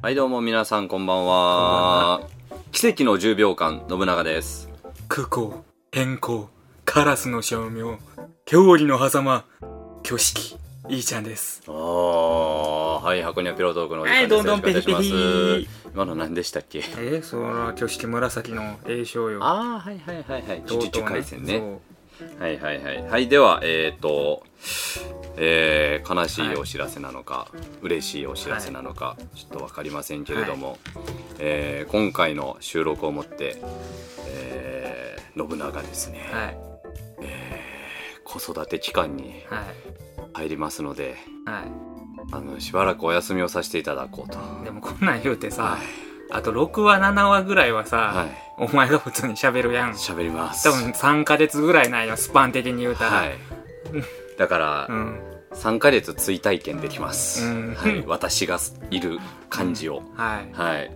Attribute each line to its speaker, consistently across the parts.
Speaker 1: はいどうも皆さんこんばんは奇跡の10秒間信長です
Speaker 2: 空港、変更、カラスの照明、郷里の狭間、挙式、いいちゃんです。
Speaker 1: あーはい箱庭ピロートークのお時間です
Speaker 2: はいどんどん
Speaker 1: よろしくお願いします
Speaker 2: ペリペリ
Speaker 1: 今の何でしたっけ
Speaker 2: えー、そら、挙式紫の栄翔よ。
Speaker 1: ああはいはいはい はい
Speaker 2: とうとうね、
Speaker 1: 地中海戦ね
Speaker 2: そう
Speaker 1: はいはいはいはいではえっ、ー、とえー、悲しいお知らせなのか、嬉しいお知らせなのか、ちょっと分かりませんけれども、えー今回の収録をもって、えー信長ですね、
Speaker 2: はい、
Speaker 1: 子育て期間に
Speaker 2: はい、
Speaker 1: 入りますので
Speaker 2: は。
Speaker 1: あのしばらくお休みをさせていただこうとはい
Speaker 2: でもこんなん言うてさ
Speaker 1: い、
Speaker 2: あと6話、7話ぐらいは
Speaker 1: は
Speaker 2: さ、
Speaker 1: い
Speaker 2: お前が普通に喋るやん。
Speaker 1: 喋ります
Speaker 2: 多分3ヶ月ぐらいないよ、スパン的に言うたら。
Speaker 1: はいだから、
Speaker 2: うん、
Speaker 1: 3ヶ月追体験できます、
Speaker 2: うん
Speaker 1: はい、私がいる感じを、
Speaker 2: はい。
Speaker 1: はい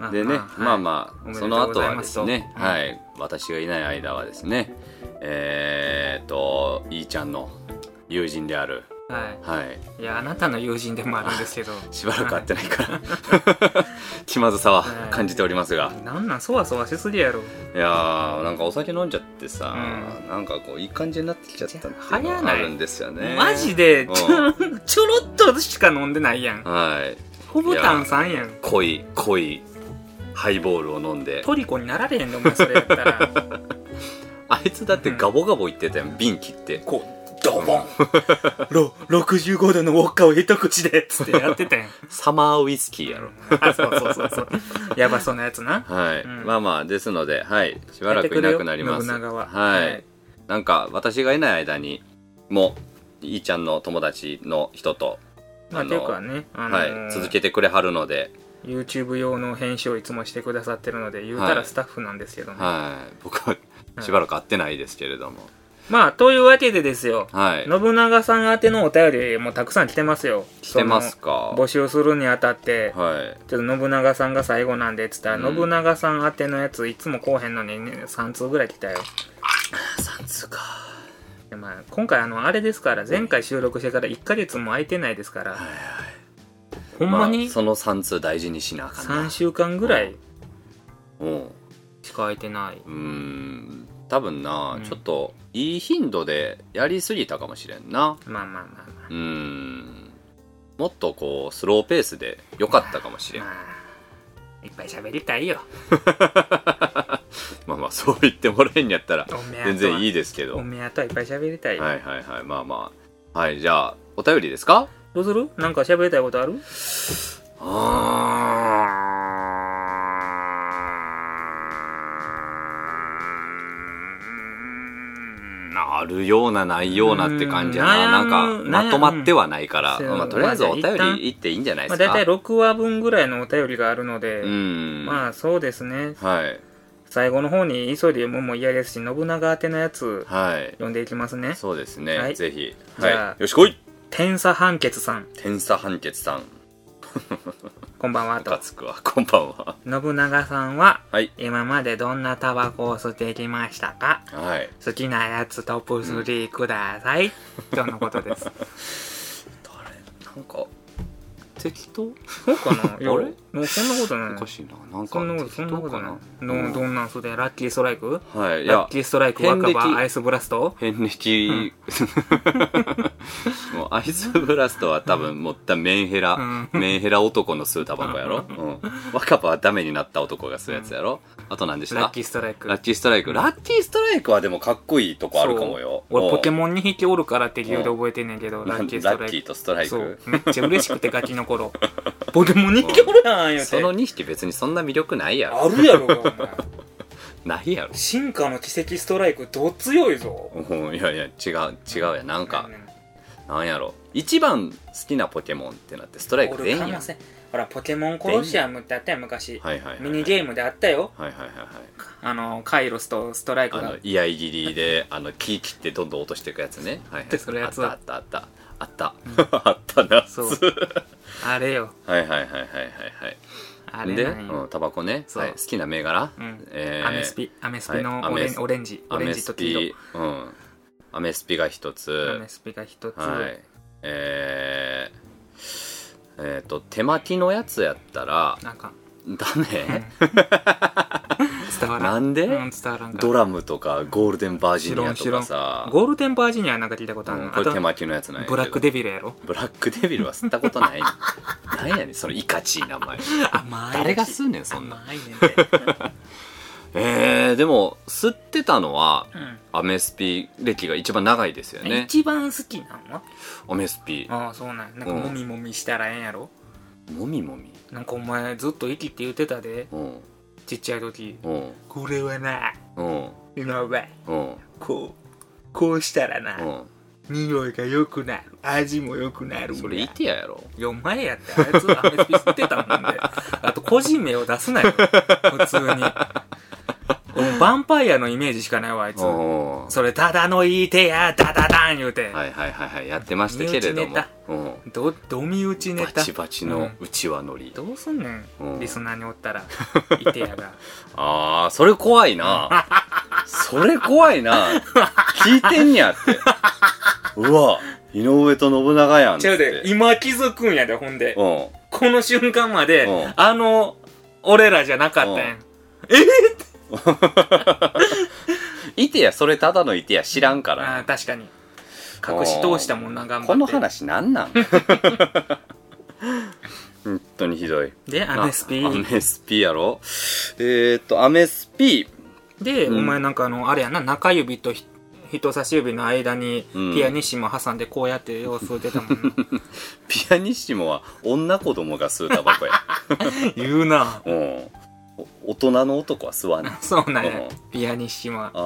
Speaker 2: まあ
Speaker 1: でね、
Speaker 2: ま
Speaker 1: まあ
Speaker 2: あはい
Speaker 1: ま
Speaker 2: おめ
Speaker 1: あ、
Speaker 2: でと
Speaker 1: そうの
Speaker 2: ご
Speaker 1: 後
Speaker 2: ざい
Speaker 1: はで
Speaker 2: ます
Speaker 1: す
Speaker 2: と
Speaker 1: ね、
Speaker 2: うん
Speaker 1: はい、私がいない間はですね、えー、っと、いいちゃんの友人である、
Speaker 2: は
Speaker 1: はい、
Speaker 2: い、いやあなたの友人でもあるんですけど
Speaker 1: しばらく会っ
Speaker 2: は
Speaker 1: てない から、気まずさは感じておりますが、
Speaker 2: いなんなんそわそわしすぎやろ
Speaker 1: いやー、なんかお酒飲んじゃってさ、
Speaker 2: う
Speaker 1: なんかこう、いい感じになってきちゃったっていうのがあるんですよね。
Speaker 2: マジで
Speaker 1: うん
Speaker 2: ちょちょろっとしか飲んでないやん
Speaker 1: はい、
Speaker 2: ほぼ炭酸やん
Speaker 1: 濃い、濃い、ハイボールを飲んで、
Speaker 2: トリコになられへんでお前それやったら
Speaker 1: あいつだってガボガボ言ってたよ、瓶切って。
Speaker 2: こうドボンろ65度のウォッカを一口でつってやってたやん
Speaker 1: サマーウイスキーやろ。
Speaker 2: あそうそうそうそう やばそうなやつな
Speaker 1: はい、
Speaker 2: うん
Speaker 1: まあまあですので、はい、しばらくいなくなります。
Speaker 2: やってくれよ信長は
Speaker 1: はい、
Speaker 2: はい
Speaker 1: なんか私がいない間にもいいちゃんの友達の人と、
Speaker 2: まあ
Speaker 1: あの
Speaker 2: ていうかね、あのー
Speaker 1: はい、続けてくれはるので、
Speaker 2: YouTube 用の編集をいつもしてくださってるので言うた
Speaker 1: は
Speaker 2: ら
Speaker 1: い
Speaker 2: スタッフなんですけどね、
Speaker 1: はい、僕は
Speaker 2: はい
Speaker 1: しばらく会ってないですけれども、
Speaker 2: まあというわけでですよ
Speaker 1: はい、
Speaker 2: 信長さん宛てのお便りもたくさん来てますよ
Speaker 1: 来てます
Speaker 2: そ
Speaker 1: か
Speaker 2: の。募集するにあたって、
Speaker 1: はい、
Speaker 2: ちょっと信長さんが最後なんでっつったら、
Speaker 1: うん
Speaker 2: 信長さん宛てのやついつもこうへんのに、ね、3通ぐらい来たよ
Speaker 1: 三通か。
Speaker 2: でまあ、今回あのあれですから前回収録してから1ヶ月も空いてないですから、
Speaker 1: い
Speaker 2: ほんまに、
Speaker 1: あその三通大事にしなあかんな。
Speaker 2: 3週間ぐらい
Speaker 1: うん、
Speaker 2: しか空いてないう
Speaker 1: ーん、多分な、
Speaker 2: うん
Speaker 1: ちょっといい頻度でやりすぎたかもしれんな。
Speaker 2: まあまあまあ
Speaker 1: うーんもっとこうスローペースで良かったかもしれ
Speaker 2: まあ、
Speaker 1: ん
Speaker 2: まあ、いっぱい喋りたいよ
Speaker 1: まあまあそう言ってもらえんやったら
Speaker 2: おめあとは
Speaker 1: 全然いいですけど
Speaker 2: お
Speaker 1: はい
Speaker 2: めあとはいっぱい喋りたいよ、
Speaker 1: はいはいまあまあはいじゃあお便りですか
Speaker 2: どうするなんか喋りたいことある
Speaker 1: あるようなないようなって感じやなな
Speaker 2: う
Speaker 1: んんか
Speaker 2: 悩む
Speaker 1: まとまってはないから、
Speaker 2: そうやな
Speaker 1: まあ、とりあえずお便
Speaker 2: まあじゃあ一旦
Speaker 1: り行っていいんじゃない
Speaker 2: ま
Speaker 1: です
Speaker 2: あ、大
Speaker 1: か、
Speaker 2: 体6話分ぐらいのお便りがあるので、
Speaker 1: うん
Speaker 2: まあそうですね
Speaker 1: はい
Speaker 2: 最後の方に急いで読むも嫌ですし信長宛てのやつ
Speaker 1: はい
Speaker 2: 読んでいきますね
Speaker 1: そうですね、
Speaker 2: はい
Speaker 1: ぜひ、
Speaker 2: じゃあ
Speaker 1: はい、よしこい
Speaker 2: 天差判決さん
Speaker 1: 天差判決さん
Speaker 2: こんばんは
Speaker 1: ムカ
Speaker 2: と
Speaker 1: つくわこんばんは
Speaker 2: 信長さんは
Speaker 1: はい
Speaker 2: 今までどんなタバコを吸ってきましたか
Speaker 1: はい
Speaker 2: 好きなやつトップ3くださ い、とのことです
Speaker 1: 誰なんか適当
Speaker 2: そうかな
Speaker 1: あれ
Speaker 2: もうそんなことな
Speaker 1: おか
Speaker 2: い
Speaker 1: しいななんか
Speaker 2: そんなこと
Speaker 1: 適
Speaker 2: そんな
Speaker 1: 当
Speaker 2: こと
Speaker 1: か
Speaker 2: な
Speaker 1: ない
Speaker 2: のど
Speaker 1: うん
Speaker 2: んなんそれラッキーストライク
Speaker 1: はいい
Speaker 2: ラ
Speaker 1: や
Speaker 2: ッキーストライク若
Speaker 1: 遍歴
Speaker 2: 葉アイスブラスト
Speaker 1: 遍歴 もうアイスブラストは多分もったメンヘラ、
Speaker 2: う
Speaker 1: メンヘラ男の吸うタバコやろ、うん、若葉はダメになった男が吸うやつやろ、あと何でした
Speaker 2: ラッキーストライク
Speaker 1: ラッキーストライクラッキーストライクはでもかっこいいとこあるかもよ
Speaker 2: そう俺ポケ
Speaker 1: モ
Speaker 2: モンに引きおるからって理由で覚えてんねんけど、ラ
Speaker 1: ラ
Speaker 2: ッ
Speaker 1: ッ
Speaker 2: キ
Speaker 1: キ
Speaker 2: ーストライク
Speaker 1: ーとストライク
Speaker 2: そうめっちゃ嬉しくてガキの 頃ポケモンに引きおるやん言うて
Speaker 1: その2匹別にそんな魅力ないやろ
Speaker 2: あるやろがお前
Speaker 1: ないやろ
Speaker 2: 進化の奇跡ストライクど強いぞ
Speaker 1: うんいやいや違う違うやなんか
Speaker 2: うん
Speaker 1: なんやろ一番好きなポケモンってなってストライクで
Speaker 2: 俺
Speaker 1: えん
Speaker 2: か
Speaker 1: やん
Speaker 2: ませんほらポケモンコロシアムってあったやん昔、
Speaker 1: はいはいはい
Speaker 2: ミニゲームであったよ
Speaker 1: はいはいはいはい
Speaker 2: あのカイロスとストライク
Speaker 1: あ
Speaker 2: が
Speaker 1: の居合切りであの木切ってどんどん落としていくやつねはいはい
Speaker 2: でそれやつ
Speaker 1: あ
Speaker 2: は
Speaker 1: ったあったあったあった あったな
Speaker 2: そう
Speaker 1: は
Speaker 2: あれよ
Speaker 1: い はいはいはいはい
Speaker 2: あ
Speaker 1: はい
Speaker 2: れ
Speaker 1: で
Speaker 2: なんよ
Speaker 1: うんタバコね
Speaker 2: そう
Speaker 1: はい好きな銘柄
Speaker 2: うん
Speaker 1: えー
Speaker 2: アメスピアメスピの
Speaker 1: はい
Speaker 2: オレ
Speaker 1: ア
Speaker 2: ン,、
Speaker 1: メス
Speaker 2: オレンジオ
Speaker 1: ア
Speaker 2: レン
Speaker 1: メ
Speaker 2: ジ
Speaker 1: ス
Speaker 2: と黄色
Speaker 1: ピうんアアメスピが一つ
Speaker 2: アメスピが一つ、
Speaker 1: はいえー、えー、と手巻きのやつやったら
Speaker 2: なんか
Speaker 1: ダメ
Speaker 2: 伝わ
Speaker 1: な
Speaker 2: らん
Speaker 1: んで
Speaker 2: うん、伝わらんか
Speaker 1: ドラムとかゴールデンバージニアとかさ
Speaker 2: ゴールデンバージニアなんか聞いたことある
Speaker 1: う
Speaker 2: の、
Speaker 1: んこ
Speaker 2: あ
Speaker 1: れ
Speaker 2: と
Speaker 1: 手巻きのやつなんやけど
Speaker 2: ブラックデビルやろ
Speaker 1: ブラックデビルは吸ったこと ないなんやねんそのいかちい名前
Speaker 2: 甘い
Speaker 1: 誰が吸うねんそんな
Speaker 2: 甘いねん
Speaker 1: えー、でも吸ってたのは
Speaker 2: て、
Speaker 1: アメスピ歴が一番長いですよ
Speaker 2: うん
Speaker 1: ね
Speaker 2: 一番好きなのは
Speaker 1: アメスピ
Speaker 2: ああそうなんやなんか
Speaker 1: うん
Speaker 2: もみもみしたらええんやろ
Speaker 1: もみもみ
Speaker 2: なんかお前ずっと息って言ってたで
Speaker 1: うん
Speaker 2: ちっちゃい時
Speaker 1: うん
Speaker 2: これはな
Speaker 1: うん
Speaker 2: 今
Speaker 1: う
Speaker 2: は
Speaker 1: ん
Speaker 2: こうこうしたら
Speaker 1: う
Speaker 2: な、
Speaker 1: ん
Speaker 2: 匂いが良くなる味も良くなるんだ
Speaker 1: それイティアやろ
Speaker 2: いや、お前やって、あいつ、アメスピ吸ってたもん ね。あと、個人名を出すなよ。普通に。俺もうヴァンパイアのイメージしかないわ、あいつ
Speaker 1: う。ん
Speaker 2: それ、ただの言い手や、ダダダン言うて。
Speaker 1: はいはいはいはいやってましたけれど
Speaker 2: 身内ネ
Speaker 1: も
Speaker 2: タ、
Speaker 1: うん、
Speaker 2: ど、どみ打ちネ
Speaker 1: バ
Speaker 2: タ。
Speaker 1: チバチ
Speaker 2: う
Speaker 1: の
Speaker 2: ん
Speaker 1: うちわのり、
Speaker 2: どうすんね
Speaker 1: うん
Speaker 2: ん、リスナーに おったら、いてやが。
Speaker 1: ああそれ怖い なそれ怖いな聞いてんにゃってうわ井上と信長やんっ
Speaker 2: ちゃ
Speaker 1: て
Speaker 2: うで、今気づくんやで、ほんで。
Speaker 1: うん
Speaker 2: この瞬間まで
Speaker 1: うん、
Speaker 2: あの、俺らじゃなかった
Speaker 1: う
Speaker 2: や
Speaker 1: ん
Speaker 2: ん。
Speaker 1: いてやそれただのいてや知らんから
Speaker 2: あー確かに。隠し通したもんな、頑張って。
Speaker 1: この話なん なん本当にひどい
Speaker 2: で、アメスピ
Speaker 1: あアメスピやろえー、っとアメスピ
Speaker 2: で、
Speaker 1: うん
Speaker 2: お前なんかあのあれやな中指とひ人差し指の間に
Speaker 1: うん
Speaker 2: ピアニッシモ挟んでこうやって様子吸ってたもん な、
Speaker 1: ピアニッシモは女子供が吸うタバコ や
Speaker 2: 言うな
Speaker 1: うんお大人の男は吸わない
Speaker 2: そうなんや、
Speaker 1: うん
Speaker 2: ピアニッシモは
Speaker 1: あ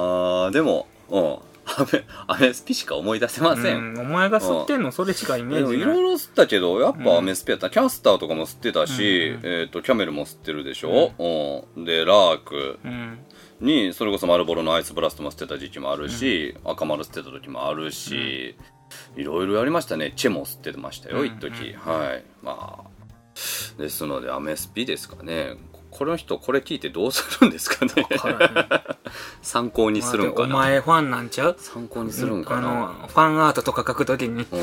Speaker 1: ーでもうんアメアメスピしか思い出せません、
Speaker 2: うん、お前が吸ってんのそれしかイメ
Speaker 1: で
Speaker 2: ー
Speaker 1: もい
Speaker 2: ジ
Speaker 1: ろ
Speaker 2: ないい
Speaker 1: ろ吸ったけどやっ
Speaker 2: うん
Speaker 1: ぱアメスピやった、キャスターとかも吸ってたし、
Speaker 2: うんうん
Speaker 1: えー、とキャメルも吸ってるでしょ、うんでラーク
Speaker 2: うん
Speaker 1: にそれこそ丸ボロのアイスブラストも捨てた時期もあるし、赤丸捨てた時もあるし、いろいろやりましたねチェも捨ててました
Speaker 2: う
Speaker 1: よ
Speaker 2: ん
Speaker 1: 一時、
Speaker 2: うん
Speaker 1: はいまあですのでアメスピですかねここの人これ聞いてどうするんですかね
Speaker 2: わからんね
Speaker 1: 参考にするんか
Speaker 2: お
Speaker 1: な
Speaker 2: 前ファンなんちゃう
Speaker 1: 参考にするんか
Speaker 2: あ
Speaker 1: な
Speaker 2: のファンアートとか書くときに
Speaker 1: う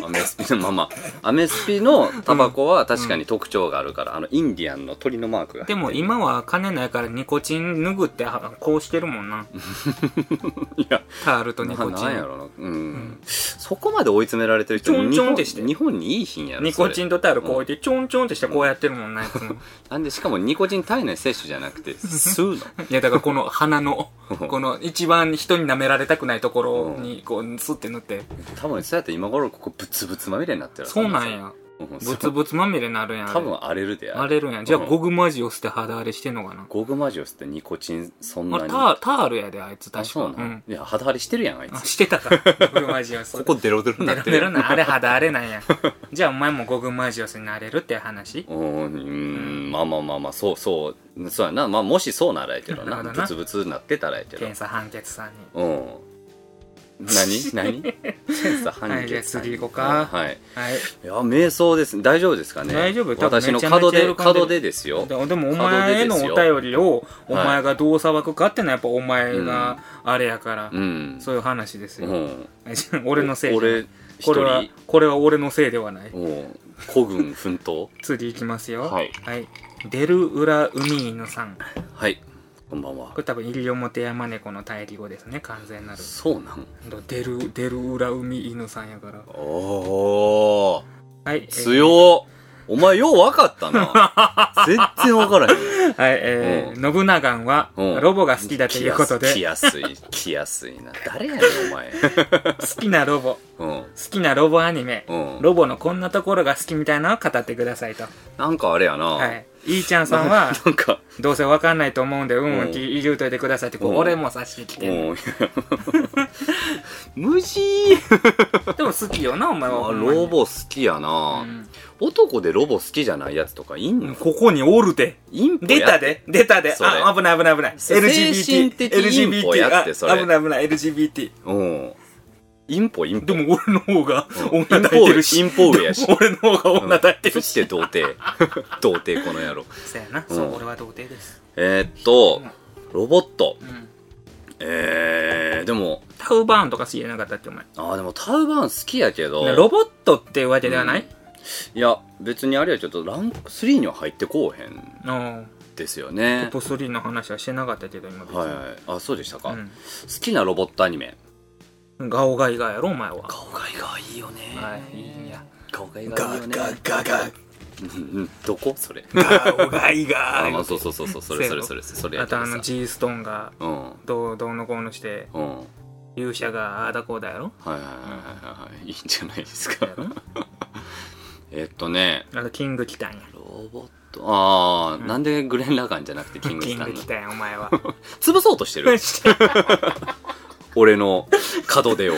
Speaker 1: ん、アメスピ のまあまあアメスピのタバコは確かに特徴があるから、あのインディアンの鳥のマークが入って
Speaker 2: で
Speaker 1: る
Speaker 2: も今は金ないからニコチン脱ぐってあこうしてるもんない
Speaker 1: や
Speaker 2: タールとニコ
Speaker 1: な
Speaker 2: チ
Speaker 1: なんや
Speaker 2: ン
Speaker 1: ろな、うんそこまで追い詰められてる人
Speaker 2: ちょんちょんってして
Speaker 1: 日本日本にいい品やろ
Speaker 2: ニコチンとタールこう
Speaker 1: う
Speaker 2: 置いてちょんちょんってしてこうやってるもんなや つも
Speaker 1: なんでしかもニコチン体内摂取じゃなくて吸 うの
Speaker 2: いやだからこの鼻のこの一番人に舐められたくないところにこうスッて塗って
Speaker 1: 多分そうやって今頃ここブツブツまみれになってる
Speaker 2: そうなんや
Speaker 1: うん
Speaker 2: ブツブツまみれになるやんあれ
Speaker 1: 多分荒れるで
Speaker 2: な
Speaker 1: あ
Speaker 2: れるんやんじゃあ
Speaker 1: うん
Speaker 2: ゴグマジオスって肌荒れしてんのかな
Speaker 1: ゴグマジオスってニコチンそんな
Speaker 2: あれ
Speaker 1: に
Speaker 2: タータールやであいつ
Speaker 1: あ
Speaker 2: 確か
Speaker 1: そうなん、
Speaker 2: うん
Speaker 1: いや肌荒れしてるやんあい
Speaker 2: あ
Speaker 1: つ
Speaker 2: してたかゴグマジオ ス
Speaker 1: ここデロデロに
Speaker 2: ベ
Speaker 1: な
Speaker 2: ロ
Speaker 1: って
Speaker 2: ベ
Speaker 1: る
Speaker 2: ロなあれ肌荒れなんや じゃあお前もゴグマジオスになれるって話
Speaker 1: うんうんまあまあまあまあそうそうそうやなまあもしそうならやけどな
Speaker 2: なるほど
Speaker 1: ブ
Speaker 2: な
Speaker 1: ツブツになってたらやけど
Speaker 2: 検査判決さんに
Speaker 1: うん何何 検査判
Speaker 2: はいじゃあ
Speaker 1: 決
Speaker 2: 次行こうか
Speaker 1: はい
Speaker 2: はい
Speaker 1: いや瞑想です大丈夫ですかね
Speaker 2: 大丈夫多分
Speaker 1: 私の
Speaker 2: めちゃめちゃ
Speaker 1: 角
Speaker 2: 喜ん
Speaker 1: で
Speaker 2: でる
Speaker 1: 角でですよ
Speaker 2: ででもお前へのお便りをお前がどう裁くかってのはやっぱお前があれやから
Speaker 1: うん
Speaker 2: そういう話です
Speaker 1: う
Speaker 2: よ
Speaker 1: ん
Speaker 2: 俺のせいじゃない
Speaker 1: 俺一
Speaker 2: これは
Speaker 1: 人
Speaker 2: これは俺のせいではない
Speaker 1: もう孤軍奮闘
Speaker 2: 次いきますよ
Speaker 1: はい
Speaker 2: デルウラ海犬さん
Speaker 1: はいこんばんは
Speaker 2: これ多分西表山猫の対義語ですね完全なる
Speaker 1: そうなん
Speaker 2: デルデルウラ海犬さんやから
Speaker 1: おお
Speaker 2: はい、えー
Speaker 1: 強っお前よう分かった な全然分からへん
Speaker 2: はいえー信長は
Speaker 1: うん
Speaker 2: ロボが好きだということ
Speaker 1: 来
Speaker 2: で
Speaker 1: やすい来やすいな誰やねんお前
Speaker 2: 好きなロボ
Speaker 1: うん
Speaker 2: 好きなロボアニメ
Speaker 1: うん
Speaker 2: ロボのこんなところが好きみたいなのを語ってくださいと
Speaker 1: なんかあれやな、
Speaker 2: はいいーちゃんさ んは
Speaker 1: なんか
Speaker 2: どうせわかんないと思うんでうん
Speaker 1: う
Speaker 2: うんんき言うといてくださいってこう
Speaker 1: うん
Speaker 2: 俺も差してきてんの
Speaker 1: も う無事
Speaker 2: でも好きよなお前
Speaker 1: あ
Speaker 2: は
Speaker 1: ロボ好きやな、
Speaker 2: うん
Speaker 1: 男でロボ好きじゃないやつとかいんの
Speaker 2: ここにおるで
Speaker 1: インポや
Speaker 2: 出たで出たで
Speaker 1: それ
Speaker 2: あ危ない危ない危ない
Speaker 1: 精神
Speaker 2: LGBT
Speaker 1: 的インポやってそれ
Speaker 2: あ危ない危ない LGBT
Speaker 1: うんインポインポ
Speaker 2: でも俺の方が
Speaker 1: うん
Speaker 2: 女抱いてるし
Speaker 1: インポ上インポ上やし
Speaker 2: 俺の方が女抱いて
Speaker 1: そ
Speaker 2: る
Speaker 1: し
Speaker 2: して
Speaker 1: 童貞童貞この野郎
Speaker 2: そうやな
Speaker 1: うん
Speaker 2: そう俺は童貞です
Speaker 1: えーっとロボット
Speaker 2: うん
Speaker 1: えでも
Speaker 2: タウバーンとか好きじゃなかったっけお前
Speaker 1: あーでもタウバーン好きやけど
Speaker 2: ロボットっていうわけではない、
Speaker 1: いや別にあれやちょっとランク3には入ってこうへん
Speaker 2: うん、
Speaker 1: ですよね
Speaker 2: トップ3の話はしてなかったけど今別に、
Speaker 1: はいはいあそうでしたか、好
Speaker 2: う
Speaker 1: きなロボットアニメ
Speaker 2: ん、ガオガイガーやろお前は
Speaker 1: 顔がいがいいよね
Speaker 2: はいいいんや
Speaker 1: 顔がいがいい
Speaker 2: ガ
Speaker 1: よね
Speaker 2: ガガガ
Speaker 1: うんうんどこそれ
Speaker 2: ガオガイガ
Speaker 1: あまあ
Speaker 2: ー
Speaker 1: そうそうそうそうそれそれそれそれや
Speaker 2: あ
Speaker 1: け
Speaker 2: と
Speaker 1: ど
Speaker 2: あ
Speaker 1: さ
Speaker 2: の G ストーンが
Speaker 1: うん
Speaker 2: どうどうのこうのして
Speaker 1: うんはい
Speaker 2: 勇者がああだこうだやろ
Speaker 1: はいはいはいはいいいんじゃないですか
Speaker 2: やろ
Speaker 1: えっとね
Speaker 2: あとキング来たんや
Speaker 1: ロボットああ、
Speaker 2: うん
Speaker 1: なんでグレン・ラガンじゃなくてキング
Speaker 2: キ
Speaker 1: ス
Speaker 2: ン
Speaker 1: タン
Speaker 2: グ
Speaker 1: の
Speaker 2: 来たんやお前は
Speaker 1: 潰そうとしてる
Speaker 2: して
Speaker 1: 俺の門出を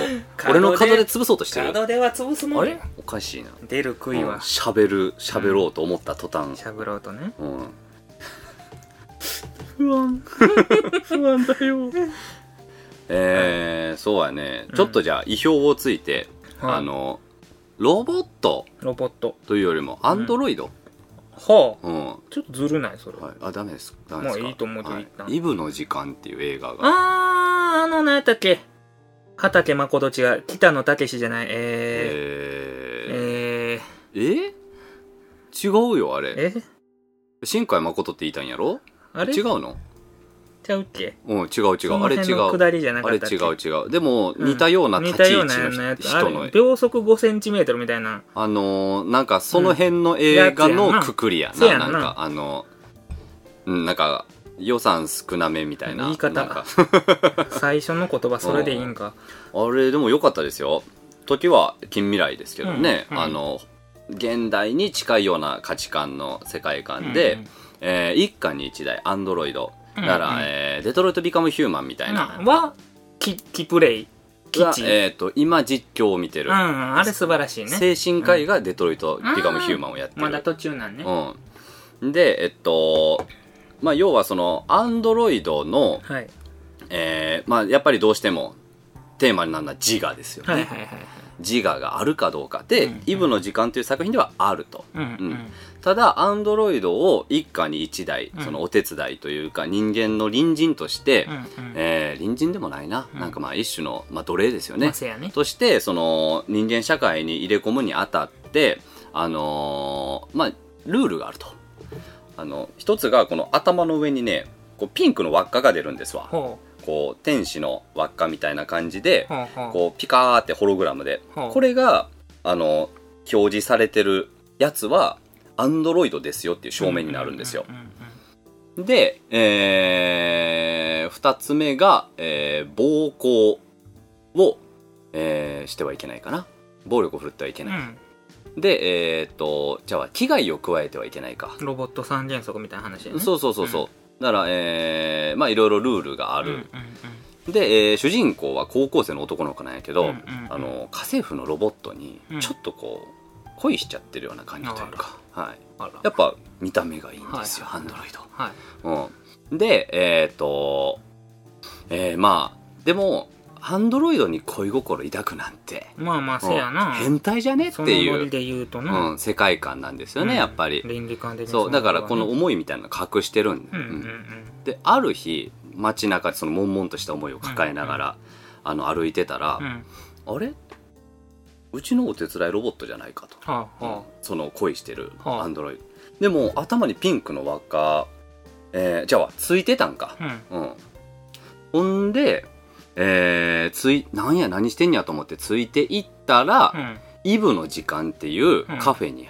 Speaker 1: 俺の門出潰そうとしてる
Speaker 2: 角では潰すも
Speaker 1: あ
Speaker 2: ん
Speaker 1: れ
Speaker 2: ね
Speaker 1: おかしいな
Speaker 2: 出る杭
Speaker 1: うん
Speaker 2: は
Speaker 1: 喋る喋ろうと思った途端
Speaker 2: しゃぶろうとね
Speaker 1: うん不安不安だよえー、そうやねちょっとじゃあ意表をついて、
Speaker 2: はい
Speaker 1: あのロボット
Speaker 2: ロボット
Speaker 1: というよりもアンドロイド、
Speaker 2: ほう
Speaker 1: うん
Speaker 2: ちょっとずるないそれ
Speaker 1: はい、あダメですダメですか
Speaker 2: もういいと思うけど
Speaker 1: は
Speaker 2: 一旦
Speaker 1: イブの時間」っていう映画が
Speaker 2: あー、あの、何やったっけ畑誠違う。北野武じゃない。え
Speaker 1: え
Speaker 2: ー、え
Speaker 1: ー、
Speaker 2: ー、
Speaker 1: え違うよあれ
Speaker 2: え
Speaker 1: 新海誠って言いたいんやろ
Speaker 2: あれ
Speaker 1: 違うの
Speaker 2: ちゃうっけ
Speaker 1: うん違う違うあれ違う
Speaker 2: 下りじゃな
Speaker 1: あ
Speaker 2: か
Speaker 1: れ
Speaker 2: ったっ
Speaker 1: 違
Speaker 2: け
Speaker 1: う違うでも
Speaker 2: うん
Speaker 1: 似たような立
Speaker 2: 似
Speaker 1: ち
Speaker 2: た
Speaker 1: 位
Speaker 2: よう
Speaker 1: 置
Speaker 2: な
Speaker 1: の
Speaker 2: や
Speaker 1: 人
Speaker 2: つ。あ
Speaker 1: 人の
Speaker 2: れ、秒速5センチメートルみたい な。
Speaker 1: あのーなんかその辺の映画
Speaker 2: うんやつやん
Speaker 1: の
Speaker 2: な
Speaker 1: くくりや
Speaker 2: そう
Speaker 1: な
Speaker 2: やん
Speaker 1: な
Speaker 2: なん
Speaker 1: かあのうんなんか予算少なめみたいな
Speaker 2: 言い方
Speaker 1: なんか
Speaker 2: 最初の言葉、それでいいんか。
Speaker 1: あれでも良かったですよ時は近未来ですけどね、
Speaker 2: うんうん
Speaker 1: あの現代に近いような価値観の世界観で、えー一家に一台アンドロイド
Speaker 2: うんうん、
Speaker 1: なら、えーデトロイト・ビカム・ヒューマンみたいな、
Speaker 2: うんは、キキプレイ。キ
Speaker 1: が
Speaker 2: チ。
Speaker 1: えー、と今実況を見て
Speaker 2: う
Speaker 1: る、
Speaker 2: ん、あれ素晴らしいね。
Speaker 1: 精神科医がデトロイト・ビカム・ヒューマンをやってる、
Speaker 2: まだ途中なんね。
Speaker 1: うん、でえっとまあ要はそのアンドロイドの、
Speaker 2: はい。
Speaker 1: えーまあ、やっぱりどうしてもテーマになるのは自我ですよね、
Speaker 2: はいはいはいはい。
Speaker 1: 自我があるかどうかで「
Speaker 2: うんうん
Speaker 1: イブの時間」という作品ではあると
Speaker 2: うんう
Speaker 1: うん
Speaker 2: ん。
Speaker 1: ただアンドロイドを一家に一台
Speaker 2: うん
Speaker 1: そのお手伝いというか人間の隣人として、
Speaker 2: うんうん。
Speaker 1: えー隣人でもないな、
Speaker 2: うん
Speaker 1: なんかまあ一種の、まあ、奴隷ですよね、
Speaker 2: まあせやね。
Speaker 1: としてその人間社会に入れ込むにあたってあのーまあルールがあるとあの一つがこの頭の上にねこうピンクの輪っかが出るんですわ
Speaker 2: ほう。
Speaker 1: こう天使の輪っかみたいな感じで
Speaker 2: ほうほう。
Speaker 1: こうピカーってホログラムで
Speaker 2: ほう
Speaker 1: これがあの表示されてるやつはアンドロイドですよっていう証明になるんですよ
Speaker 2: う。ううん
Speaker 1: で、えー、二つ目が、えー、暴行を、えーしてはいけないかな。暴力を振るってはいけ
Speaker 2: うんう
Speaker 1: ない。
Speaker 2: ん
Speaker 1: で、えーっと、じゃあ、危害を加えてはいけないか。
Speaker 2: ロボット三原則みたいな話やね
Speaker 1: そうそうそうそう。だから、えー、まあ、いろいろルールがあ
Speaker 2: うんうん
Speaker 1: る。で、えー主人公は高校生の男の子なんやけど、あの、家政婦のロボットに
Speaker 2: う、ん
Speaker 1: ちょっとこう、恋しちゃってるような感じというか、はい。
Speaker 2: あら
Speaker 1: やっぱ、見た目がいいんですよ、
Speaker 2: はい
Speaker 1: アンドロイド。
Speaker 2: はい
Speaker 1: うん、でえっ、とえーまあでもアンドロイドに恋心抱くなんて、
Speaker 2: まあまあせや
Speaker 1: うん
Speaker 2: な
Speaker 1: 変態じゃねっ
Speaker 2: そ
Speaker 1: て
Speaker 2: の
Speaker 1: い
Speaker 2: ノリ
Speaker 1: う、
Speaker 2: で言うと
Speaker 1: う、
Speaker 2: なん
Speaker 1: 世界観なんですよね、
Speaker 2: うん
Speaker 1: やっぱり。
Speaker 2: 倫理観的に
Speaker 1: そうだからこの
Speaker 2: うん
Speaker 1: 思いみたいなの隠してるん
Speaker 2: う
Speaker 1: だ、
Speaker 2: んうん
Speaker 1: うんである日街中でその悶々とした思いを抱えながら、あの歩いてたら
Speaker 2: う、ん
Speaker 1: あれうちのお手伝いロボットじゃないかと、
Speaker 2: はあは
Speaker 1: その恋してる
Speaker 2: はあ
Speaker 1: アンドロイド、でも頭にピンクの輪っか、えー、じゃあついてたんか、
Speaker 2: あうん
Speaker 1: うん、ほんで、えー、ついなんや何してんやと思ってついていったら、
Speaker 2: うん
Speaker 1: イブの時間っていうカフェに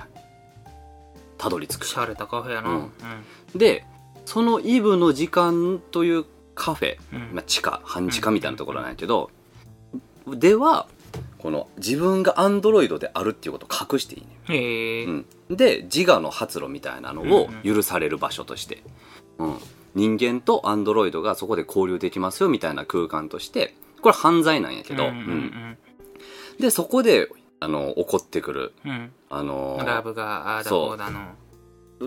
Speaker 1: たどり着く、
Speaker 2: シャレたカフェやな
Speaker 1: うん
Speaker 2: うん
Speaker 1: でそのイブの時間というカフェ、
Speaker 2: うん
Speaker 1: まあ、地下半地下みたいなところなんやけど、ではこの自分がアンドロイドであるっていうことを隠していいね
Speaker 2: へえ
Speaker 1: うん、で自我の発露みたいなのを許される場所として、うん、人間とアンドロイドがそこで交流できますよみたいな空間としてこれ犯罪なんやけど、
Speaker 2: うんうん
Speaker 1: うんでそこであの起こってくる
Speaker 2: うん
Speaker 1: あの
Speaker 2: うんラブがあーだ
Speaker 1: そう
Speaker 2: こうだの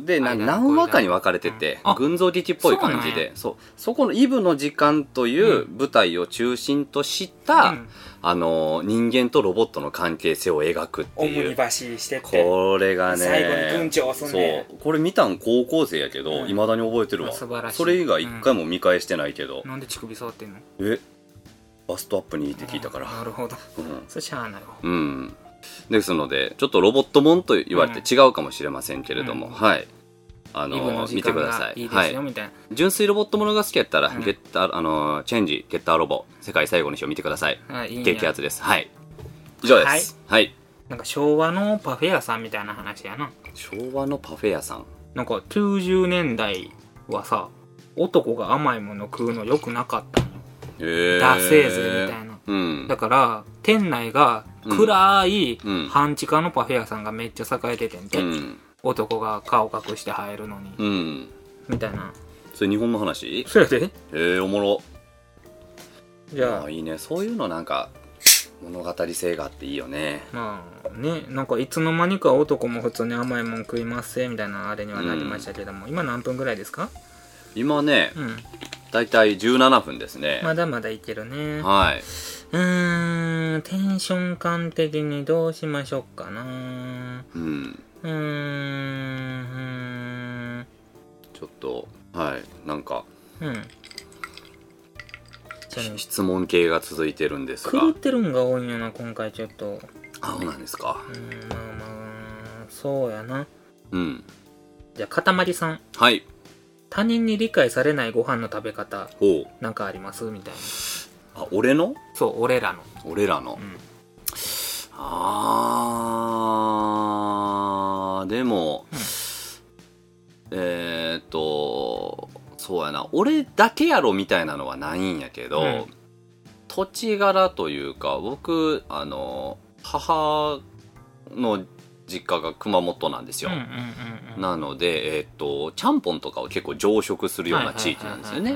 Speaker 1: でな
Speaker 2: 間
Speaker 1: 何話かに分かれてて、
Speaker 2: うんあ
Speaker 1: 群像劇っぽい感じでそうそこの「イブの時間」という舞台を中心とした、
Speaker 2: うん
Speaker 1: あの人間とロボットの関係性を描くっていう
Speaker 2: バシしてっ
Speaker 1: これがね
Speaker 2: 長す
Speaker 1: そうこれ見たん高校生やけど
Speaker 2: うん
Speaker 1: いま、未だに覚えてるわ
Speaker 2: あ素晴らしい
Speaker 1: それ以外一回も見返してないけど、
Speaker 2: なんで乳首触ってんの
Speaker 1: えバストアップにいいって聞いたから、
Speaker 2: なるほど
Speaker 1: うん
Speaker 2: それしゃあないわ
Speaker 1: うん、ですのでちょっとロボットもんと言われて違うかもしれませんけれども、
Speaker 2: うん
Speaker 1: はいあ
Speaker 2: イブの
Speaker 1: の
Speaker 2: 時
Speaker 1: 見て
Speaker 2: 間
Speaker 1: くださ
Speaker 2: が
Speaker 1: い
Speaker 2: いいで
Speaker 1: は
Speaker 2: すよ
Speaker 1: い、
Speaker 2: みたいな
Speaker 1: 純粋ロボットものが好きやったら、
Speaker 2: うん
Speaker 1: ゲッターあのチェンジゲッターロボ世界最後の日を見てください
Speaker 2: はいいいんや
Speaker 1: 激アツですはい以上ですはい、
Speaker 2: なんか昭和のパフェ屋さんみたいな話やな
Speaker 1: 昭和のパフェ屋さん
Speaker 2: なんか90年代はさ男が甘いもの食うの良くなかったのよ
Speaker 1: へー
Speaker 2: ダセーぜみたいな
Speaker 1: うん
Speaker 2: だから店内が暗い
Speaker 1: うん
Speaker 2: 半地下のパフェ屋さんがめっちゃ栄えててんて、
Speaker 1: うん
Speaker 2: 男が顔隠して入るのに、
Speaker 1: うん
Speaker 2: みたいな
Speaker 1: それ日本の話
Speaker 2: それで
Speaker 1: えー、おもろ
Speaker 2: じゃ
Speaker 1: あいいねそういうのなんか物語性があっていいよね
Speaker 2: あまあねなんかいつの間にか男も普通に甘いもん食いますせみたいなあれにはなりましたけども、今何分ぐらいですか
Speaker 1: 今ね
Speaker 2: うん
Speaker 1: だいたい17分ですね、
Speaker 2: まだまだいけるね
Speaker 1: はい。
Speaker 2: うーんテンション感的にどうしましょうかな
Speaker 1: うん。
Speaker 2: うーんう
Speaker 1: ちょっと、はい。なんか、
Speaker 2: ーんうんちょっと
Speaker 1: 質問系が続いてるんですが
Speaker 2: 狂っ。てるんが多いんやな今回ちょっと
Speaker 1: あ、そうなんですか
Speaker 2: う。んまあまあそうやな
Speaker 1: うん。
Speaker 2: じゃあかたまりさん
Speaker 1: はい。
Speaker 2: 他人に理解されないご飯の食べ方
Speaker 1: ほう。
Speaker 2: なんかありますみたいな
Speaker 1: あ、俺の
Speaker 2: そう俺らの
Speaker 1: 俺らの。あー、でも、
Speaker 2: うん
Speaker 1: えーっと、そうやな。俺だけやろみたいなのはないんやけど、
Speaker 2: うん
Speaker 1: 土地柄というか、僕、あの、母の実家が熊本なんですよ。
Speaker 2: うんうんうん
Speaker 1: なので、えっとちゃんぽんとかを結構常食するような地域なんですよね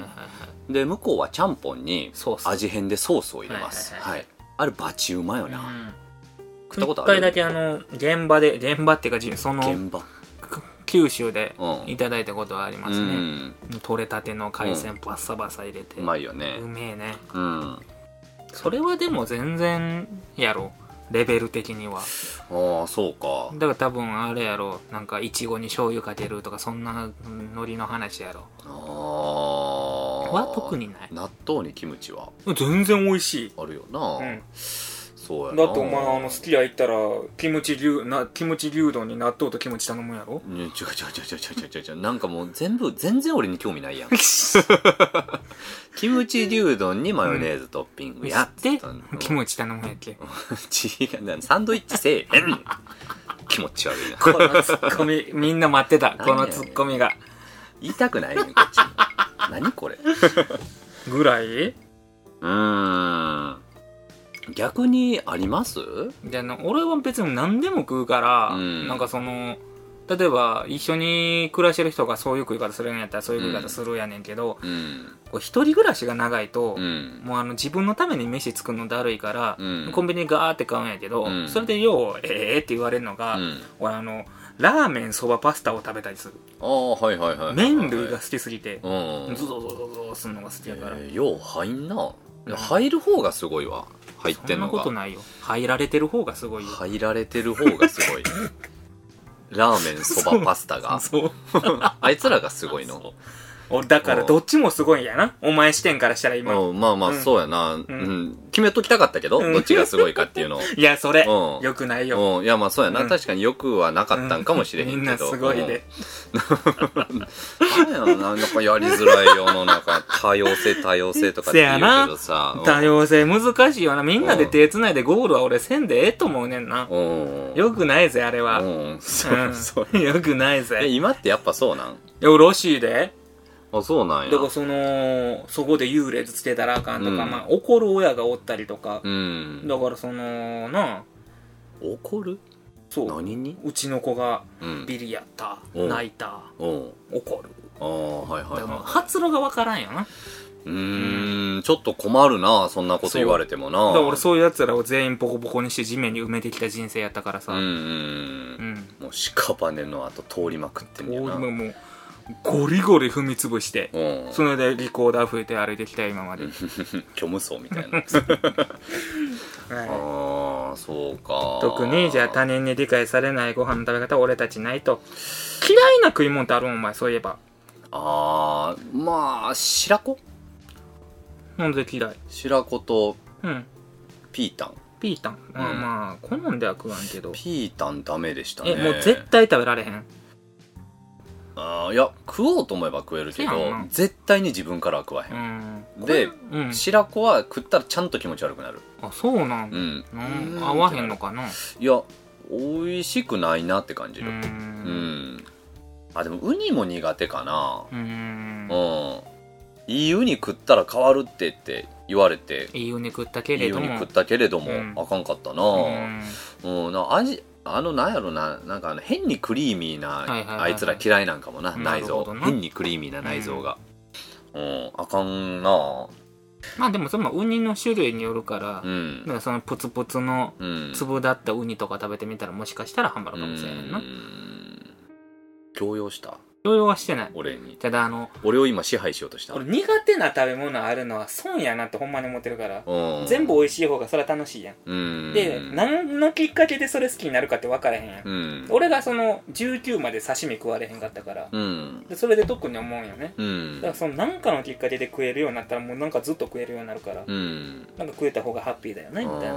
Speaker 1: で向こうはちゃんぽんに
Speaker 2: そうそう
Speaker 1: 味変でソースを入れます
Speaker 2: は
Speaker 1: はいい、
Speaker 2: はいはい
Speaker 1: あれバチうまよ
Speaker 2: う
Speaker 1: な、
Speaker 2: ん
Speaker 1: 食ったこと
Speaker 2: 一
Speaker 1: ある
Speaker 2: 回だけあの現場で現場っていうかじその
Speaker 1: 現場
Speaker 2: 九州で
Speaker 1: うん
Speaker 2: いただいたことはありま
Speaker 1: う
Speaker 2: すね、
Speaker 1: ん
Speaker 2: 取れたての海鮮バッサバサ入れて、
Speaker 1: うまいよね
Speaker 2: うめえね
Speaker 1: うん
Speaker 2: それはでも全然やろレベル的には
Speaker 1: ああそうか
Speaker 2: だから多分あれやろなんかいちごに醤油かけるとかそんなノリの話やろ
Speaker 1: ああ
Speaker 2: は特にない
Speaker 1: 納豆にキムチは
Speaker 2: 全然美味しい
Speaker 1: あるよな、
Speaker 2: うん
Speaker 1: そうやな
Speaker 2: だってお前あのすき家行ったらキムチ牛なキムチ牛丼に納豆とキムチ頼むんやろ
Speaker 1: いや違う違う違う違う違う違う違 うなんかもう全部全然俺に興味ない やんキムチ牛丼にマヨネーズトッピングやっ
Speaker 2: 知
Speaker 1: つ
Speaker 2: っ
Speaker 1: ってたの
Speaker 2: キムチ頼むんやっけ
Speaker 1: 違うなサンドイッチせえへん気持ち悪いな
Speaker 2: このツッコミみんな待ってたこのツッコミが
Speaker 1: 言いたくないねんこっちも何これう
Speaker 2: ぐらい
Speaker 1: ーん逆にあります
Speaker 2: であの俺は別に何でも食うから、
Speaker 1: うん
Speaker 2: なんかその例えば一緒に暮らしてる人がそういう食い方するんやったらそういう食い方するやねんけど、
Speaker 1: うん
Speaker 2: こう一人暮らしが長いと、
Speaker 1: うん
Speaker 2: もうあの自分のために飯作るのだるいから、
Speaker 1: うん
Speaker 2: コンビニガーって買うんやけど、
Speaker 1: うん
Speaker 2: それでようええって言われるの
Speaker 1: う
Speaker 2: が、
Speaker 1: ん
Speaker 2: 俺あのラーメンそばパスタを食べたりする
Speaker 1: ああはいはいはいはい
Speaker 2: 麺類が好きすぎて、
Speaker 1: うん
Speaker 2: ズドズドズドするのが好きやから、
Speaker 1: えーよう入んな
Speaker 2: うん
Speaker 1: 入る方がすごいわ入って
Speaker 2: そん
Speaker 1: ん
Speaker 2: な
Speaker 1: の
Speaker 2: こ
Speaker 1: が
Speaker 2: とないよ入られてる方がすごいよ
Speaker 1: 入られてる方がすご いラーメンそばパスタが
Speaker 2: そう
Speaker 1: あいつらがすごいの
Speaker 2: 俺だからどっちもすごいんやなお前視点からしたら今、
Speaker 1: うんまあまあ
Speaker 2: うん
Speaker 1: そうやな、うん決めときたかったけど、
Speaker 2: うん
Speaker 1: どっちがすごいかっていうのを
Speaker 2: いやそれ、
Speaker 1: うん
Speaker 2: よくないよ、
Speaker 1: うんいやまあそうやな、
Speaker 2: うん
Speaker 1: 確かによくはなかったんかもしれへんけど、
Speaker 2: みんなすごいで、
Speaker 1: うん、なんやろななんかやりづらい世の中多様性多様性とかって言うけど さ
Speaker 2: 多様性難しいよなみんなで手つないでゴールは俺せんでええと思うねんな、
Speaker 1: うんうん
Speaker 2: よくないぜあれは、
Speaker 1: うんそうそう、
Speaker 2: うんよくない
Speaker 1: え
Speaker 2: ぜ
Speaker 1: 今ってやっぱそうなん
Speaker 2: よろしいで
Speaker 1: あそうなんや
Speaker 2: だからそのそこで幽霊つけたらあかんと
Speaker 1: う
Speaker 2: か、
Speaker 1: ん
Speaker 2: まあ、怒る親がおったりとか、
Speaker 1: うん
Speaker 2: だからそのなあ
Speaker 1: 怒る
Speaker 2: そう
Speaker 1: 何に
Speaker 2: うちの子が
Speaker 1: うん
Speaker 2: ビリやった、
Speaker 1: うん
Speaker 2: 泣いた
Speaker 1: うん
Speaker 2: 怒る
Speaker 1: ああはいはい
Speaker 2: でも
Speaker 1: はい
Speaker 2: 発露が分からんよなだか
Speaker 1: うーんちょっと困るなそんなこと言われてもな
Speaker 2: ら俺そういうやつらを全員ボコボコにして地面に埋めてきた人生やったからさ
Speaker 1: うんう
Speaker 2: うんん
Speaker 1: もう屍の後通りまくってんね
Speaker 2: 俺
Speaker 1: やな
Speaker 2: ももうゴリゴリ踏み潰して
Speaker 1: うん
Speaker 2: それでリコーダー増えて歩いてきたよ今まで、
Speaker 1: 虚無層みたい な
Speaker 2: はい
Speaker 1: ああそうか
Speaker 2: 特にじゃあ他人に理解されないご飯の食べ方は俺たちないと嫌いな食い物ってあるもんお前そういえば
Speaker 1: あーまあ白子
Speaker 2: なんで嫌い
Speaker 1: 白子と
Speaker 2: うん
Speaker 1: ピータン
Speaker 2: ピータン、うん
Speaker 1: うん
Speaker 2: まあ好んでは食わんけど
Speaker 1: ピータンダメでしたね
Speaker 2: えもう絶対食べられへん
Speaker 1: あーいや食おうと思えば食えるけ
Speaker 2: せや
Speaker 1: ど
Speaker 2: んな
Speaker 1: 絶対に自分からは食わへ、
Speaker 2: うんん
Speaker 1: で
Speaker 2: これうん
Speaker 1: 白子は食ったらちゃんと気持ち悪くなる
Speaker 2: あそうな
Speaker 1: うん、
Speaker 2: んだうん
Speaker 1: うん
Speaker 2: 合わへんのかない
Speaker 1: や美味しくないなって感じ
Speaker 2: う
Speaker 1: るうん
Speaker 2: ん
Speaker 1: あでもウニも苦手かな
Speaker 2: うん
Speaker 1: うん、いいウニ食ったら変わるってって言われて
Speaker 2: いいウニ食ったけ
Speaker 1: いい
Speaker 2: れ
Speaker 1: ウ
Speaker 2: ど
Speaker 1: ニ
Speaker 2: も
Speaker 1: 食ったけれども、
Speaker 2: うん
Speaker 1: あかんかったな
Speaker 2: うん
Speaker 1: うん、な味あのなんやろななんかあの変にクリーミーな、
Speaker 2: いはいはいはい
Speaker 1: あいつら嫌いなんかもな
Speaker 2: な
Speaker 1: 内
Speaker 2: る
Speaker 1: 臓
Speaker 2: ほどな
Speaker 1: 変にクリーミーな内臓が、うんあかんな
Speaker 2: まあでもそのウニの種類によるから、
Speaker 1: う
Speaker 2: だか
Speaker 1: ん
Speaker 2: らそのプツプツの
Speaker 1: うん
Speaker 2: 粒だったウニとか食べてみたらもしかしたらハンバーグかもしれへん
Speaker 1: う
Speaker 2: なん
Speaker 1: 強要した
Speaker 2: 動揺はしてない
Speaker 1: 俺に
Speaker 2: ただあの
Speaker 1: 俺を今支配しようとした、
Speaker 2: 俺苦手な食べ物あるのは損やなってほんまに思ってるから、
Speaker 1: うん、
Speaker 2: 全部美味しい方がそれは楽しいやん、
Speaker 1: うん
Speaker 2: で何のきっかけでそれ好きになるかって分からへんやん、
Speaker 1: うん
Speaker 2: 俺がその19まで刺身食われへんかったから、
Speaker 1: うん
Speaker 2: でそれで特に思うんよね
Speaker 1: う
Speaker 2: だ
Speaker 1: ん
Speaker 2: からその何かのきっかけで食えるようになったらもうなんかずっと食えるようになるから、
Speaker 1: うん
Speaker 2: なんか食えた方がハッピーだよねみたいな
Speaker 1: あ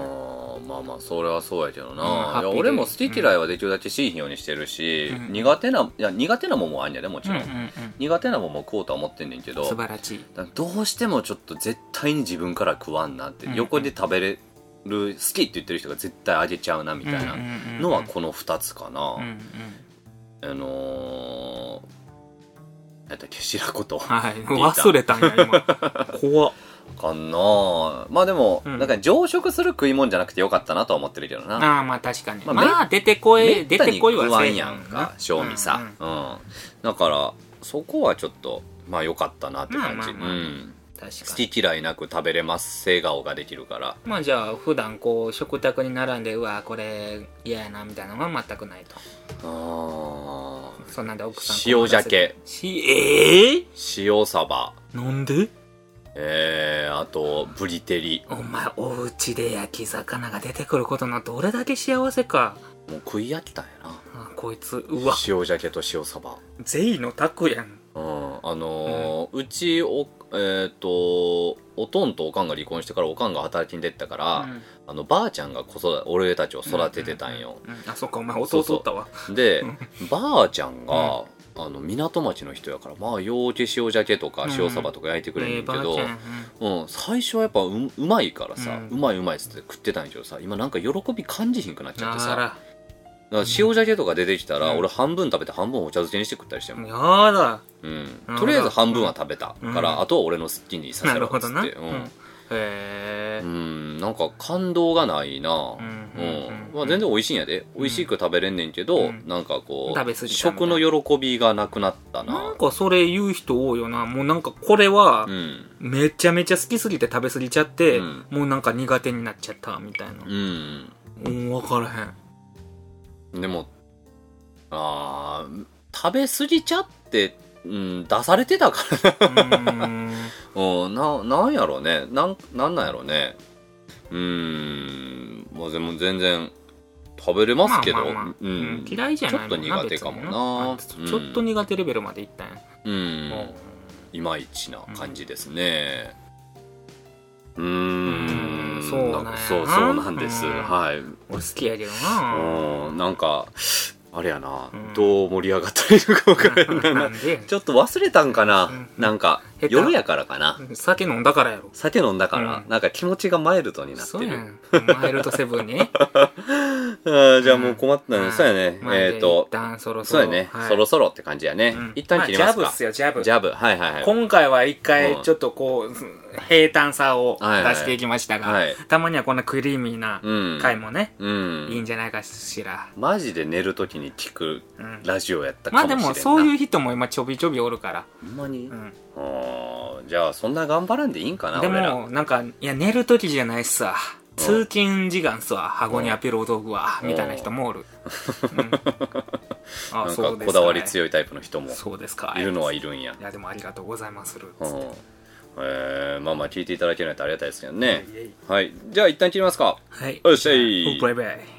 Speaker 1: ーまあまあそれはそうやけどな、
Speaker 2: うん
Speaker 1: い
Speaker 2: ハッピ
Speaker 1: や
Speaker 2: ーで
Speaker 1: 俺も好き嫌いはできるだけしいひんようにしてるし、
Speaker 2: うん
Speaker 1: 苦手ないや苦手なもんもあんやでもち
Speaker 2: うん
Speaker 1: ろ、
Speaker 2: うんんうん
Speaker 1: 苦手なもんも食おうとは思ってんねんけど
Speaker 2: 素晴らしい
Speaker 1: だからどうしてもちょっと絶対に自分から食わんなって、
Speaker 2: うんうん
Speaker 1: 横で食べれる好きって言ってる人が絶対あげちゃうなみたい
Speaker 2: うん
Speaker 1: な
Speaker 2: うんうんうん
Speaker 1: のはこの2つかな、
Speaker 2: うんうん
Speaker 1: あのー、やったっけ白子と
Speaker 2: はい
Speaker 1: ータ
Speaker 2: 忘れたんや今怖っ
Speaker 1: かなまあでも、
Speaker 2: うん
Speaker 1: なんか常食する食い物じゃなくてよかったなとは思ってるけどな
Speaker 2: ああまあ確かに
Speaker 1: ま
Speaker 2: ま
Speaker 1: あ
Speaker 2: あ、
Speaker 1: め
Speaker 2: 出てこ
Speaker 1: め
Speaker 2: い
Speaker 1: っ
Speaker 2: 出
Speaker 1: たに
Speaker 2: てこい
Speaker 1: 食
Speaker 2: は
Speaker 1: わ
Speaker 2: せ
Speaker 1: ん
Speaker 2: え
Speaker 1: やんか賞味さ
Speaker 2: うんうん
Speaker 1: うん、だからそこはちょっとまあ良かったなって感じ、
Speaker 2: まあまあまあ
Speaker 1: うん
Speaker 2: 確かに
Speaker 1: 好き嫌いなく食べれます笑顔ができるから
Speaker 2: まあじゃあ普段こう食卓に並んでうわこれ嫌やなみたいなのは全くないと
Speaker 1: あ
Speaker 2: そんなんで奥さん
Speaker 1: ー塩鮭
Speaker 2: しええ
Speaker 1: 塩サバ
Speaker 2: なんで
Speaker 1: えー、あとブリテリ
Speaker 2: お前お家で焼き魚が出てくることのどれだけ幸せか
Speaker 1: もう食い飽きたんやな
Speaker 2: あこいつうわ
Speaker 1: 塩鮭と塩サバ
Speaker 2: 贅の卓やん
Speaker 1: うんあのーうちおえっ、とおとんとおかんが離婚してからおかんが働きに出てたから、
Speaker 2: うん
Speaker 1: あのばあちゃんが子育て俺たちを育ててたんよ、
Speaker 2: ううんあそっかお前弟おったわ
Speaker 1: でばあちゃんが、あの港町の人やからまあようけ塩鮭とか
Speaker 2: うん
Speaker 1: 塩サバとか焼いてくれるんだけど、
Speaker 2: ええばあちゃん
Speaker 1: うん最初はやっぱううまいからさ、う
Speaker 2: うん
Speaker 1: まいうまいっつって食ってたんやけどさ今なんか喜び感じひんくなっちゃって
Speaker 2: うん
Speaker 1: さだ
Speaker 2: あ
Speaker 1: からら塩鮭とか出てきたら、
Speaker 2: うん
Speaker 1: 俺半分食べて半分お茶漬けにして食ったりしてんもん、
Speaker 2: やだ
Speaker 1: うん
Speaker 2: うん
Speaker 1: とりあえず半分は食べた
Speaker 2: うん
Speaker 1: から、あとは俺の好きにさ
Speaker 2: な
Speaker 1: せろ
Speaker 2: る
Speaker 1: っ
Speaker 2: ほ
Speaker 1: つ
Speaker 2: ど
Speaker 1: っ
Speaker 2: な、
Speaker 1: て、
Speaker 2: う
Speaker 1: う
Speaker 2: ん
Speaker 1: ん
Speaker 2: へえ、
Speaker 1: うん、なんか感動がないな、
Speaker 2: うんうん
Speaker 1: まあ、全然美味しいんやで美味しく食べれんねんけど、
Speaker 2: うん
Speaker 1: なんかこ
Speaker 2: 食べ過
Speaker 1: う
Speaker 2: ぎたみた
Speaker 1: 食
Speaker 2: いな
Speaker 1: の喜びがなくなった
Speaker 2: な
Speaker 1: なん
Speaker 2: かそれ言う人多いよなもうなんかこれは
Speaker 1: うん
Speaker 2: めちゃめちゃ好きすぎて食べ過ぎちゃって、
Speaker 1: うん
Speaker 2: もうなんか苦手になっちゃったみたいな、
Speaker 1: うん
Speaker 2: うん、分からへん
Speaker 1: でもあー食べ過ぎちゃって、うん、出されてたから
Speaker 2: うーん
Speaker 1: うんななんやろうねなんなんなんやろうねうんまあでも全然食べれますけど、
Speaker 2: まあまあまあ
Speaker 1: う
Speaker 2: うんん、嫌いじゃないもんな
Speaker 1: ちょっと苦手かもな
Speaker 2: 別に
Speaker 1: うん
Speaker 2: あちょちょっと苦手レベルまでいったんや、
Speaker 1: うん、
Speaker 2: うん
Speaker 1: いまいちな感じですね。うーん
Speaker 2: うーんそうなんやな
Speaker 1: そうそうなんです。
Speaker 2: うん
Speaker 1: はい。う
Speaker 2: 俺好きやけどな
Speaker 1: ーん、なんか、あれやな
Speaker 2: う、ん
Speaker 1: どう盛り上がったりとかわからん
Speaker 2: な
Speaker 1: な。
Speaker 2: んで
Speaker 1: ちょっと忘れたんかな
Speaker 2: うん。
Speaker 1: なんか
Speaker 2: 下、手
Speaker 1: 夜やからかな。
Speaker 2: 酒飲んだからやろ
Speaker 1: 酒飲んだから、
Speaker 2: うん
Speaker 1: なんか気持ちがマイルドになって
Speaker 2: そうや
Speaker 1: る。
Speaker 2: んマイルドセブンに
Speaker 1: あーじゃあ もう困った
Speaker 2: は
Speaker 1: ね。
Speaker 2: い
Speaker 1: そうやね。
Speaker 2: まあ
Speaker 1: えっと
Speaker 2: 一、旦そろそ
Speaker 1: そう
Speaker 2: ろ
Speaker 1: やね
Speaker 2: は。い
Speaker 1: そろそろって感じやね
Speaker 2: うん。
Speaker 1: 一旦切ります
Speaker 2: まあジャブっ
Speaker 1: か
Speaker 2: す。よジャブ
Speaker 1: ジャブ。はいはいはい。
Speaker 2: 今回は一
Speaker 1: うん
Speaker 2: 回ちょっとこう、平坦さを出
Speaker 1: はいはい
Speaker 2: していきましたが、
Speaker 1: はい。
Speaker 2: たまにはこんなクリーミーな
Speaker 1: うん。
Speaker 2: 回もね、
Speaker 1: うん。
Speaker 2: いいんじゃないかしら、
Speaker 1: マジで寝るときに聞く
Speaker 2: うん
Speaker 1: ラジオやったか
Speaker 2: まあ
Speaker 1: もし
Speaker 2: で
Speaker 1: れんな、
Speaker 2: もそういう人も今ちょびちょびおるから、
Speaker 1: ほんまに、
Speaker 2: うん
Speaker 1: あーじゃあそんな頑張らんでいいんかな
Speaker 2: で
Speaker 1: 俺ら
Speaker 2: もなんかいや寝る時じゃないっすわ
Speaker 1: うん
Speaker 2: 通勤時間っすわ顎にアピールを道具はみたいな人もおる、 うん、
Speaker 1: な
Speaker 2: あ
Speaker 1: ん
Speaker 2: そ
Speaker 1: か
Speaker 2: うです
Speaker 1: こだわり
Speaker 2: い
Speaker 1: 強いタイプの人も
Speaker 2: そうですか
Speaker 1: いるのはいるんや
Speaker 2: いやでもありがとうございまする
Speaker 1: うんえー、まあまあ聞いていただけないとありがたいですけどね
Speaker 2: イエイ
Speaker 1: はいじゃあ一旦切りますか
Speaker 2: はい
Speaker 1: よっしゃい
Speaker 2: バイバイ